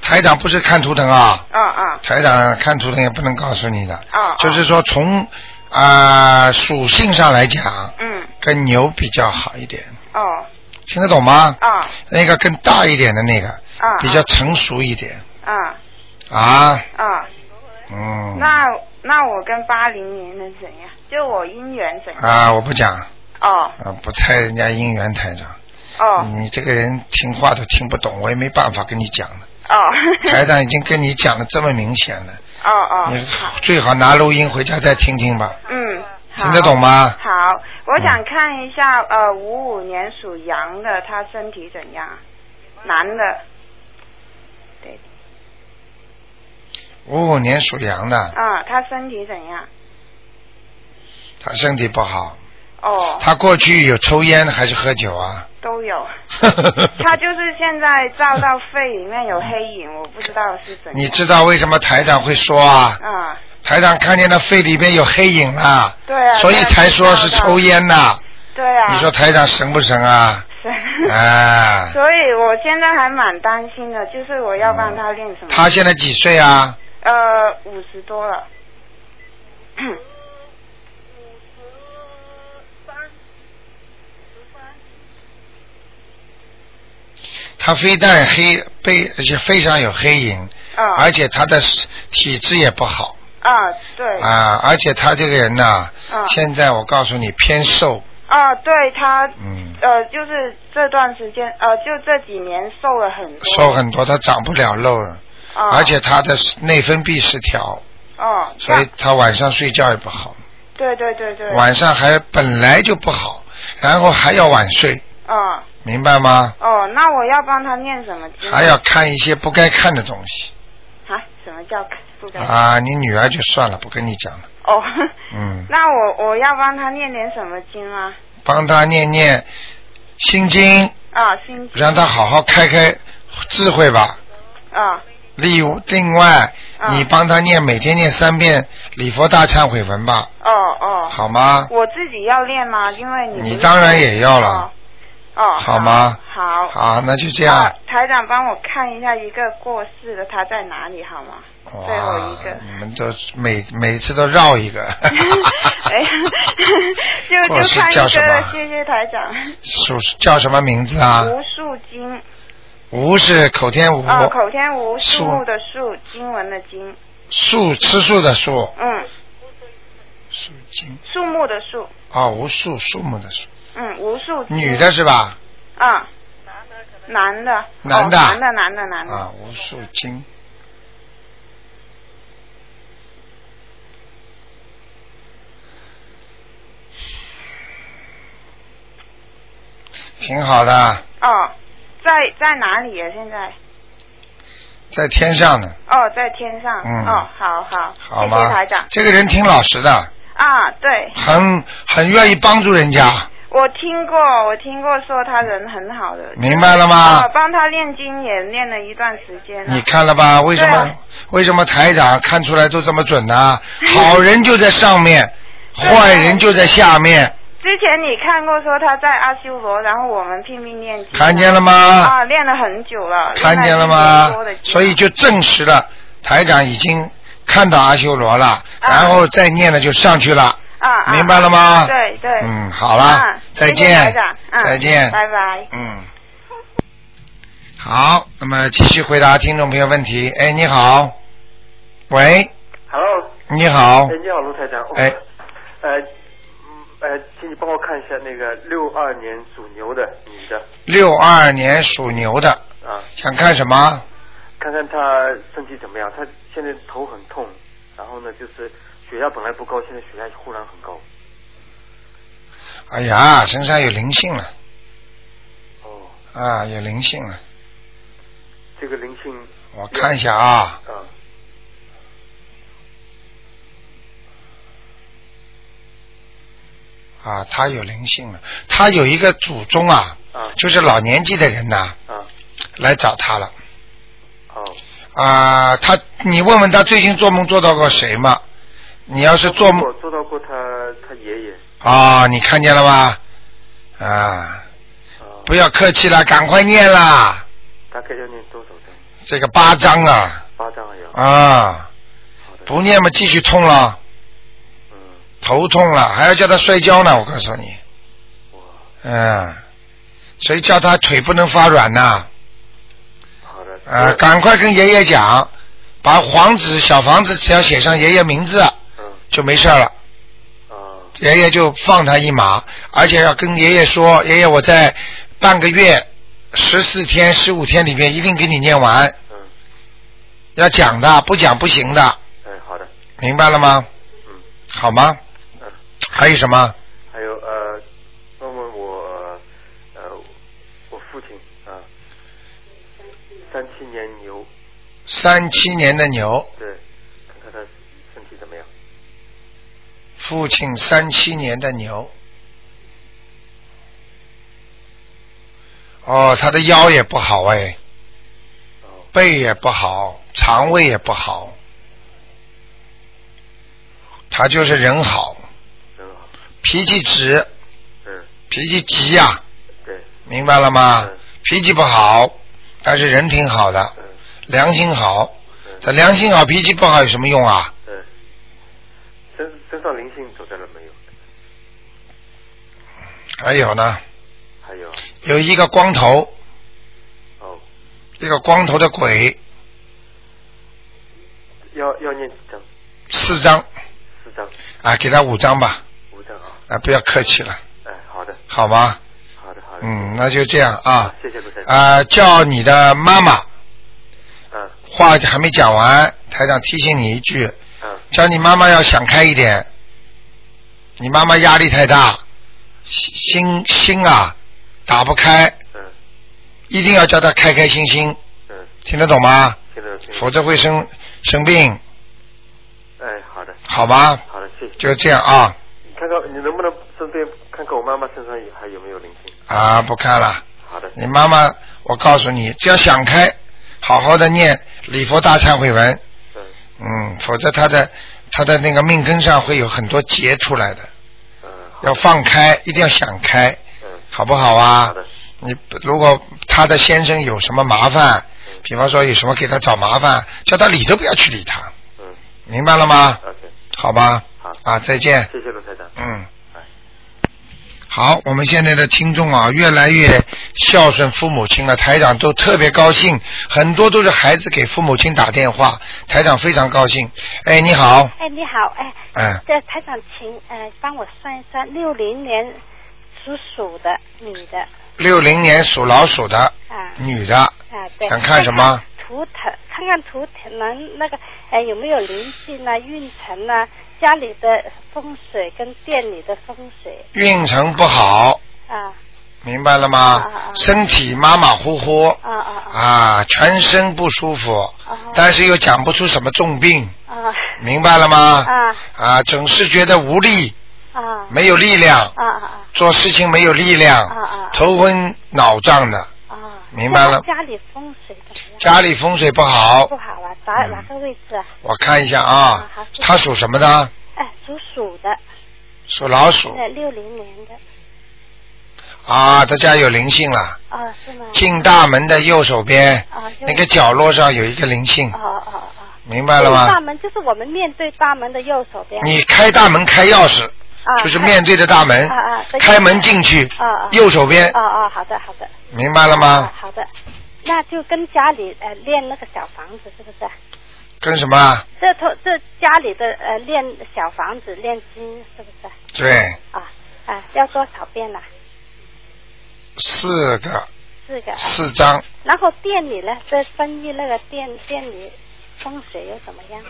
台长不是看图腾啊，哦哦台长看图腾也不能告诉你的，哦，就是说从啊、属性上来讲，嗯跟牛比较好一点，哦听得懂吗？哦那个更大一点的那个哦，比较成熟一点啊啊，啊，嗯，那那我跟八零年的怎样？就我姻缘怎样？啊，我不讲哦啊，嗯不猜人家姻缘台长。哦你这个人听话都听不懂，我也没办法跟你讲 了。 哦台长已经跟你讲的这么明显了，哦哦，你最好拿录音回家再听听吧，嗯，好听得懂吗？嗯好，我想看一下，呃，五五年属羊的，他身体怎样？男的，对，五五年属羊的，啊、他身体怎样？他身体不好，哦，他过去有抽烟还是喝酒啊？都有。他就是现在照到肺里面有黑影，我不知道是怎 样。你知道为什么台长会说啊？啊、台长看见他肺里边有黑影啦，对啊。所以才说是抽烟。烟呐。对啊。你 说台长神不神啊？是。啊，所以我现在还蛮担心的，就是我要帮他练什么？他现在几岁啊？呃五十多 了。他非但黑背，而且非常有黑影，啊而且他的体质也不好啊，对。啊，而且他这个人呐、啊现在我告诉你偏瘦，啊，对他，嗯，呃，就是这段时间，呃，就这几年瘦了很多，瘦很多，他长不了肉了，啊、而且他的内分泌失调，哦，所以那他晚上睡觉也不好，对对对对，晚上还本来就不好，然后还要晚睡，啊、明白吗？哦，那我要帮他念什么经？还要看一些不该看的东西啊？什么叫不该？啊！你女儿就算了，不跟你讲了，哦， 嗯，那我我要帮他念点什么经吗？帮她念念心经，啊，心让她好好开开智慧吧。啊另另外，嗯你帮他念每天念三遍礼佛大忏悔文吧，哦哦，好吗？我自己要练吗？因为你不是你当然也要了，哦，哦好吗好。好好，那就这啊样。台长帮我看一下一个过世的他在哪里好 吗？最后哇一个，你们都每每次都绕一个。哎呀， 就过世就看一叫什个，么？谢谢台长。属叫什么名字啊？无数经吴是口天吴，啊、口天无树树木的树，经文的经，树吃树的树，嗯，树精树木的树，哦，无树树木的树，嗯，无数经女的是吧？啊，男的，男的哦男的，男的，男的，啊，无树精。挺好的，哦，在在哪里呀、现在？在天上呢，哦，在天上。嗯哦，好好。好谢谢吗台长？。这个人挺老实的，啊，对，很很愿意帮助人家，我听过，我听过说他人很好的。明白了吗？啊，帮他念经也念了一段时间了。你看了吧？为什么、对啊为什么台长看出来都这么准呢、好人就在上面，对啊坏人就在下面，之前你看过说他在阿修罗，然后我们拼命念经。看见了吗？啊，练了很久了。看见了练吗了一年多的？经啊所以就证实了，台长已经看到阿修罗了，然后再念了就上去了。啊啊，明白了吗对对。嗯，好了，啊再谢谢见台长，嗯再见，拜拜。嗯。好，那么继续回答听众朋友问题。哎，你好，喂， Hello，你好哎，，嗯你好，卢台长。哦哎，呃，嗯呃，请你帮我看一下那个六二年属牛的女的六二年属牛的，啊，想看什么？看看她身体怎么样。她现在头很痛，然后呢，就是血压本来不高，现在血压忽然很高。哎呀，身上有灵性了哦，啊，有灵性了。这个灵性我看一下啊，啊，啊，他有灵性了，他有一个祖宗啊，啊就是老年纪的人呐、啊，来找他了哦，啊。他，你问问他最近做梦做到过谁吗？你要是做梦我做到过她她爷爷啊，你看见了吧？啊，啊，不要客气了，赶快念啦，大概要念多少张？这个八章啊八张而已啊。啊，好的，不念嘛继续痛了，嗯，头痛了，还要叫他摔跤呢，我告诉你。哇，嗯，谁叫他腿不能发软呐？好的。啊，赶快跟爷爷讲，把黄纸小房子只要写上爷爷名字嗯就没事儿了，啊爷爷就放他一马，而且要跟爷爷说，爷爷我在半个月、十四天、十五天里面一定给你念完，嗯，要讲的，不讲不行的，哎，好的，明白了吗？嗯。好吗？嗯还有什么？还有呃，问问我呃，我父亲啊，三七年牛，三七年的牛，对，看看他身体怎么样。父亲三七年的牛。哦，他的腰也不好哎，哦，背也不好，肠胃也不好。他就是人好，真好，脾气直，嗯，脾气急呀、对，明白了吗嗯？脾气不好，但是人挺好的，嗯良心好。他嗯，良心好，脾气不好有什么用啊？嗯，身身上灵性走掉了没有？还有呢，还有，有一个光头，哦，一个光头的鬼，要要念几张？四张四张，啊，给他五张吧，五张啊？啊，不要客气了，哎，好的，好吗？好的，好的。嗯，那就这样啊，谢谢卢先生。啊，叫你的妈妈，嗯话还没讲完，台长提醒你一句，嗯叫你妈妈要想开一点，你妈妈压力太大，心心啊打不开，嗯一定要叫她开开心心，嗯，听得懂吗？听得懂。否则会生生病，哎，好的，好吗？好的，谢谢。就这样啊看看你能不能针对看看我妈妈身上有还有没有灵性？啊，不看了。好的，嗯你妈妈，我告诉你，只要想开，好好的念礼佛大忏悔文，嗯嗯，否则她的她的那个命根上会有很多结出来的。嗯，好要放开，一定要想开，嗯好不好好啊？的，你如果她的先生有什么麻烦，比方说有什么给她找麻烦，叫她理都不要去理他，嗯明白了吗？ ，OK，好吧，好，啊，再见。谢谢卢台长。嗯哎。好，我们现在的听众啊，越来越孝顺父母亲了，台长都特别高兴，很多都是孩子给父母亲打电话，台长非常高兴。哎，你好，哎，你好，哎，哎，这台长，请呃帮我算一算，六零年属鼠的女的六零年属老鼠的啊女的，啊，对，想看什么？图腾，看看图腾能那个呃有没有灵性啊、运程啊、家里的风水跟店里的风水运程不好，啊明白了吗？啊啊啊身体马马虎虎啊啊啊，全身不舒服，啊但是又讲不出什么重病，啊明白了吗？啊啊，总是觉得无力，啊没有力量，啊啊做事情没有力啊量，啊头昏脑胀的，啊！明白了家里风水怎么样？家里风水不好不。好啊，哪嗯哪个位置啊？我看一下啊啊好，谢谢他属什么的？哎，属鼠的，哦属老鼠呃，六零年的，啊，他家有灵性了，哦，是吗？进大门的右手边啊，就那个角落上有一个灵性哦，哦哦哦，明白了大吗？门就是我们面对大门的右手边。你开大门开钥匙，啊，就是面对着大门啊啊，对开门进去啊啊，右手边，哦哦，好的好的。明白了吗哦啊？好的，那就跟家里呃练那个小房子是不是啊？跟什么啊？这头这家里的呃练小房子练经是不是啊？对，啊啊，要多少遍呢、四个四个啊。四张，然后店里呢，这生意那个店店里风水又怎么样？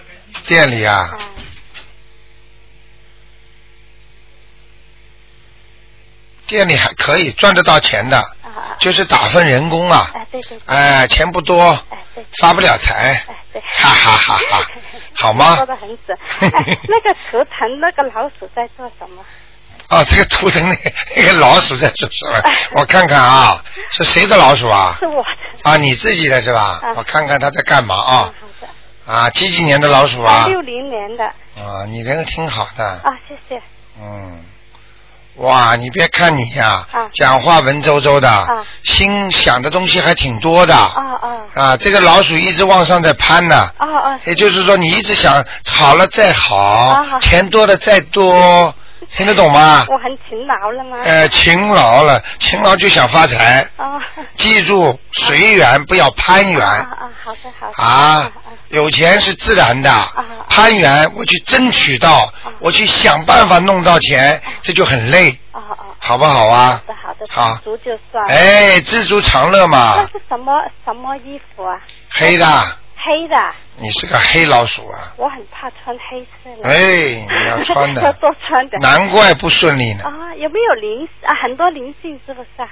店里啊啊，店里还可以赚得到钱的，啊啊！就是打份人工啊，哎对对对，哎，钱不多，哎对，发不了财，哎对。哈哈哈哈，好吗说？的很准。 哎，那个图腾那个老鼠在做什么？哦，这个图腾那个那个老鼠在做 什么？我看看啊，是谁的老鼠啊是？我的。啊，你自己的是吧啊？我看看它在干嘛啊啊？好的。啊，几几年的老鼠啊啊，？六零年的啊，你人挺好的，啊，谢谢。嗯，哇，你别看你呀、啊讲话文绉绉的，啊心想的东西还挺多的，哦哦啊，这个老鼠一直往上在攀呢、哦哦，也就是说，你一直想好了再好，好钱多了再多，听得懂吗？我很勤劳了吗？呃，勤劳了，勤劳就想发财，哦，记住随缘，不要攀缘。啊啊，好的好的啊啊，有钱是自然的啊，攀缘我去争取到，我去想办法弄到钱，这就很累，啊哦哦，好不好啊好？的好的，好足就算。，哎，知足常乐那嘛，是什么什么衣服啊？黑的，黑的，你是个黑老鼠啊，我很怕穿黑色的。哎，你要穿 要的，多穿点。难怪不顺利呢。啊，有没有灵啊？很多灵性是不是 啊？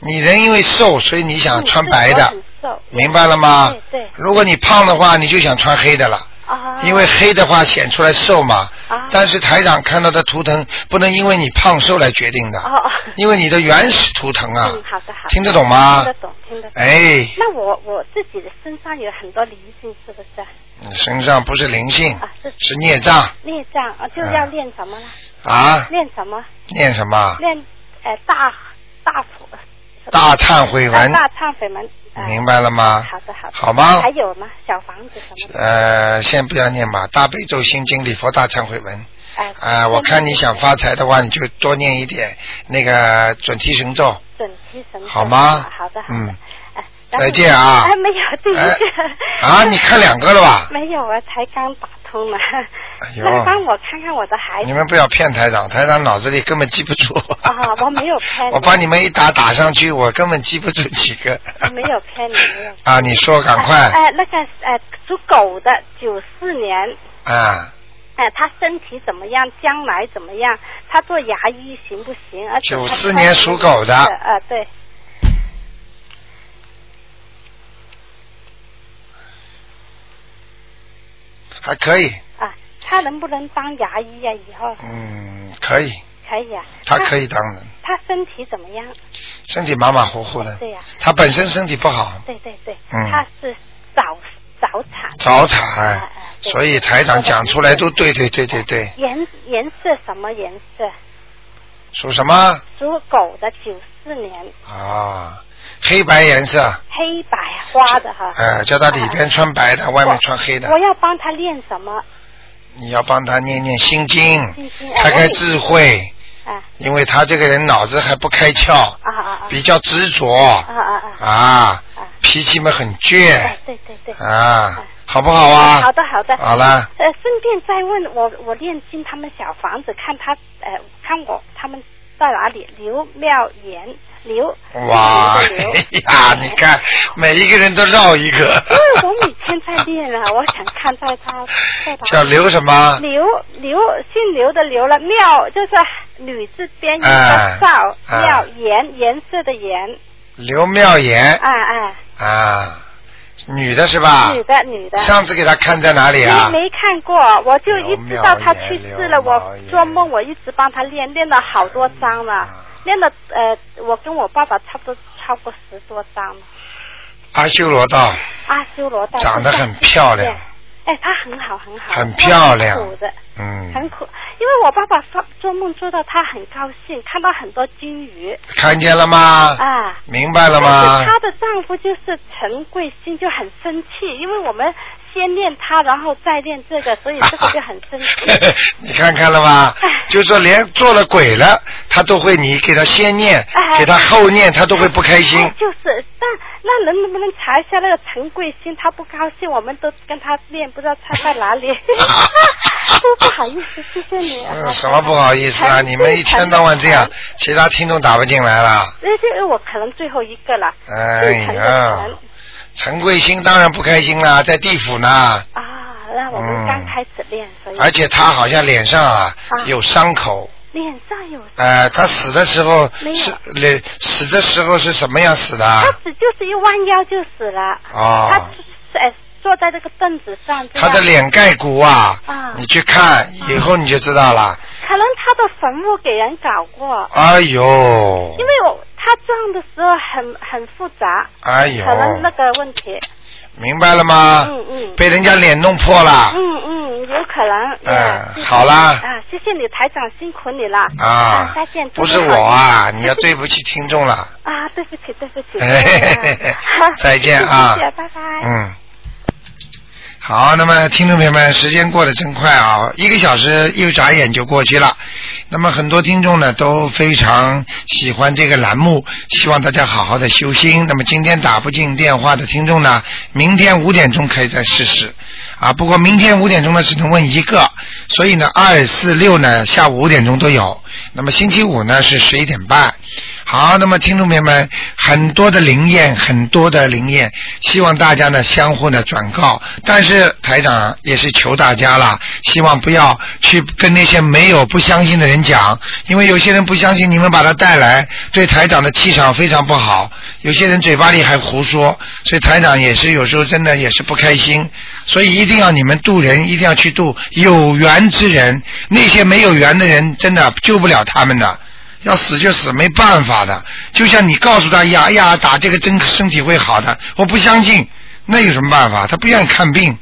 你人因为瘦，所以你想穿白嗯的是，我很瘦嗯明白了吗对对？如果你胖的话，你就想穿黑的了。啊，因为黑的话显出来瘦嘛啊，但是台长看到的图腾不能因为你胖瘦来决定的哦哦，因为你的原始图腾啊嗯，，好的好的，听得懂吗听得？懂听得懂。哎，那我我自己的身上有很多灵性，是不是啊？你身上不是灵性啊，是是孽障念障啊，就要念什么呢？啊，念什么？念什么？念呃大大佛大忏悔文，大忏悔文。呃明白了吗？好的好的。好吗还？有吗？小房子什么的？呃，先不要念吧，大悲咒、心经、礼佛大忏悔文。哎、啊，我看你想发财的话，你就多念一点那个准提神咒。准提神咒好吗好的，好的。嗯哎。然后再见啊哎，没有第一哎个。啊，你看两个了吧？没有啊，才刚打通呢。哎呦那个帮我看看我的孩你子。们不要骗台 长，台长脑子里根本记不住。哎啊我没有骗 你我把你们一打打上去，我根本记不住几个。我没有骗你，没有。 啊，你说赶快哎、哎那个呃，属狗的，九四年，啊！哎、他身体怎么样？将来怎么样？他做牙医行不行？而且他94年属狗的呃，对，还可以，啊，他能不能当牙医啊？以后嗯，可以，可以啊。他可以当的，他。他身体怎么样？身体马马虎虎的。对呀他本身身体不好，对对对，嗯他是早早产。早哎产哎，对所以台长讲出来都对，对，对，对，对。颜颜色什么颜色？属什么属狗的，九四年，啊？黑白颜色，黑白花的哈。呃，叫他里边穿白的，外面穿黑的啊我。要帮他练什么？你要帮他念念心经心经，开哎开我也智慧。啊因为他这个人脑子还不开窍，啊啊啊！比较执着，啊啊啊！啊啊，脾气嘛很倔哎，，对对对。啊哎，好不好啊？好的好的。好了，呃，顺便再问我，我练经他们小房子，看他呃，看我他们在哪里？刘妙妍，刘。哇，姓刘哎 呀，你看每一个人都绕一个。因为我以前在练了，我想看在他在他。叫刘什么刘刘姓刘的刘了，妙就是女字边一哎个少，哎妙颜颜色的颜。刘妙哎妍哎，啊，女的是吧？女的女的。上次给他看在哪里啊没？没看过，我就一直到他去世了，刘妙我言做梦我一直帮他练，练了好多张哎了，练了呃，我跟我爸爸差不多超过十多张了。阿修罗道，阿修罗道长得很漂亮。哎，他很好很好，很漂亮很苦的，嗯，很苦。因为我爸爸做做梦做到他很高兴，看到很多金鱼。看见了吗？啊，明白了但吗是？她的丈夫就是陈贵兴，就很生气，因为我们先练他，然后再练这个，所以 这个就很生气。哎你看看了吧？就说连做了鬼了，他都会你给他先念，给他后念，他都会不开心哎。就是，但那能不能查一下那个陈桂兴？他不高兴，我们都跟他练，不知道他在 哪里。都不好意思，谢谢你啊。嗯，什么不好意思啊？陈你们一天到晚这样，其他听众打不进来了。那这呃我可能最后一个了。哎姓陈呀的陈，陈桂兴当然不开心啦，在地府呢，啊，那我们刚开始练，所以而且他好像脸上啊哎啊有伤口。脸上有，呃，他死的时候没有是脸死的时候是什么样死的啊？他只就是一弯腰就死了。他哦，呃坐在这个凳子上，这他样的脸盖骨啊，啊你去看以后你就知道了。可能他的坟墓给人搞过，哎呦因，为我他撞的时候很很复杂，哎呦可，能那个问题。明白了吗？嗯嗯被人家脸弄破了。嗯嗯，有可能。嗯嗯，谢谢好啦啊，谢谢你台长，辛苦你了。啊，再见。祝不你是好我啊，你要对不起听众了。啊，对不起，对不起。嘿嘿 嘿嘿啊哎再见啊 谢谢，拜拜。嗯。好，那么听众朋友们，时间过得真快啊，一个小时一眨眼就过去了。那么很多听众呢都非常喜欢这个栏目，希望大家好好的修心。那么今天打不进电话的听众呢，明天五点钟可以再试试啊。不过明天五点钟呢只能问一个，所以呢二四六呢下午五点钟都有。那么星期五呢是十一点半。好，那么听众朋友们，很多的灵验，很多的灵验，希望大家呢相互呢转告。但是台长也是求大家啦，希望不要去跟那些没有不相信的人讲，因为有些人不相信，你们把他带来，对台长的气场非常不好。有些人嘴巴里还胡说，所以台长也是有时候真的也是不开心。所以一定要你们渡人，一定要去渡有缘之人，那些没有缘的人真的救不了他们的。要死就死，没办法的。就像你告诉他呀，哎呀，打这个针身体会好的，我不相信，那有什么办法？他不愿意看病。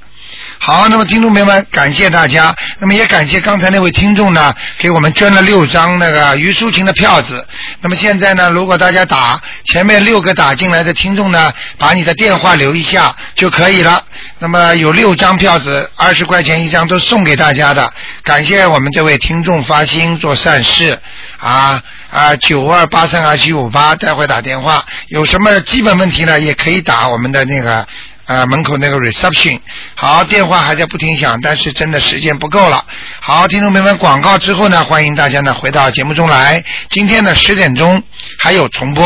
好，那么听众朋友们，感谢大家，那么也感谢刚才那位听众呢，给我们捐了六张那个于淑琴的票子。那么现在呢，如果大家打前面六个打进来的听众呢，把你的电话留一下就可以了。那么有六张票子，二十块钱一张，都送给大家的。感谢我们这位听众发心做善事啊啊，九二八三二七五八，待会打电话，有什么基本问题呢，也可以打我们的那个。啊，门口那个 reception。好，电话还在不停响，但是真的时间不够了。好，听众朋友们，广告之后呢，欢迎大家呢回到节目中来。今天呢十点钟还有重播。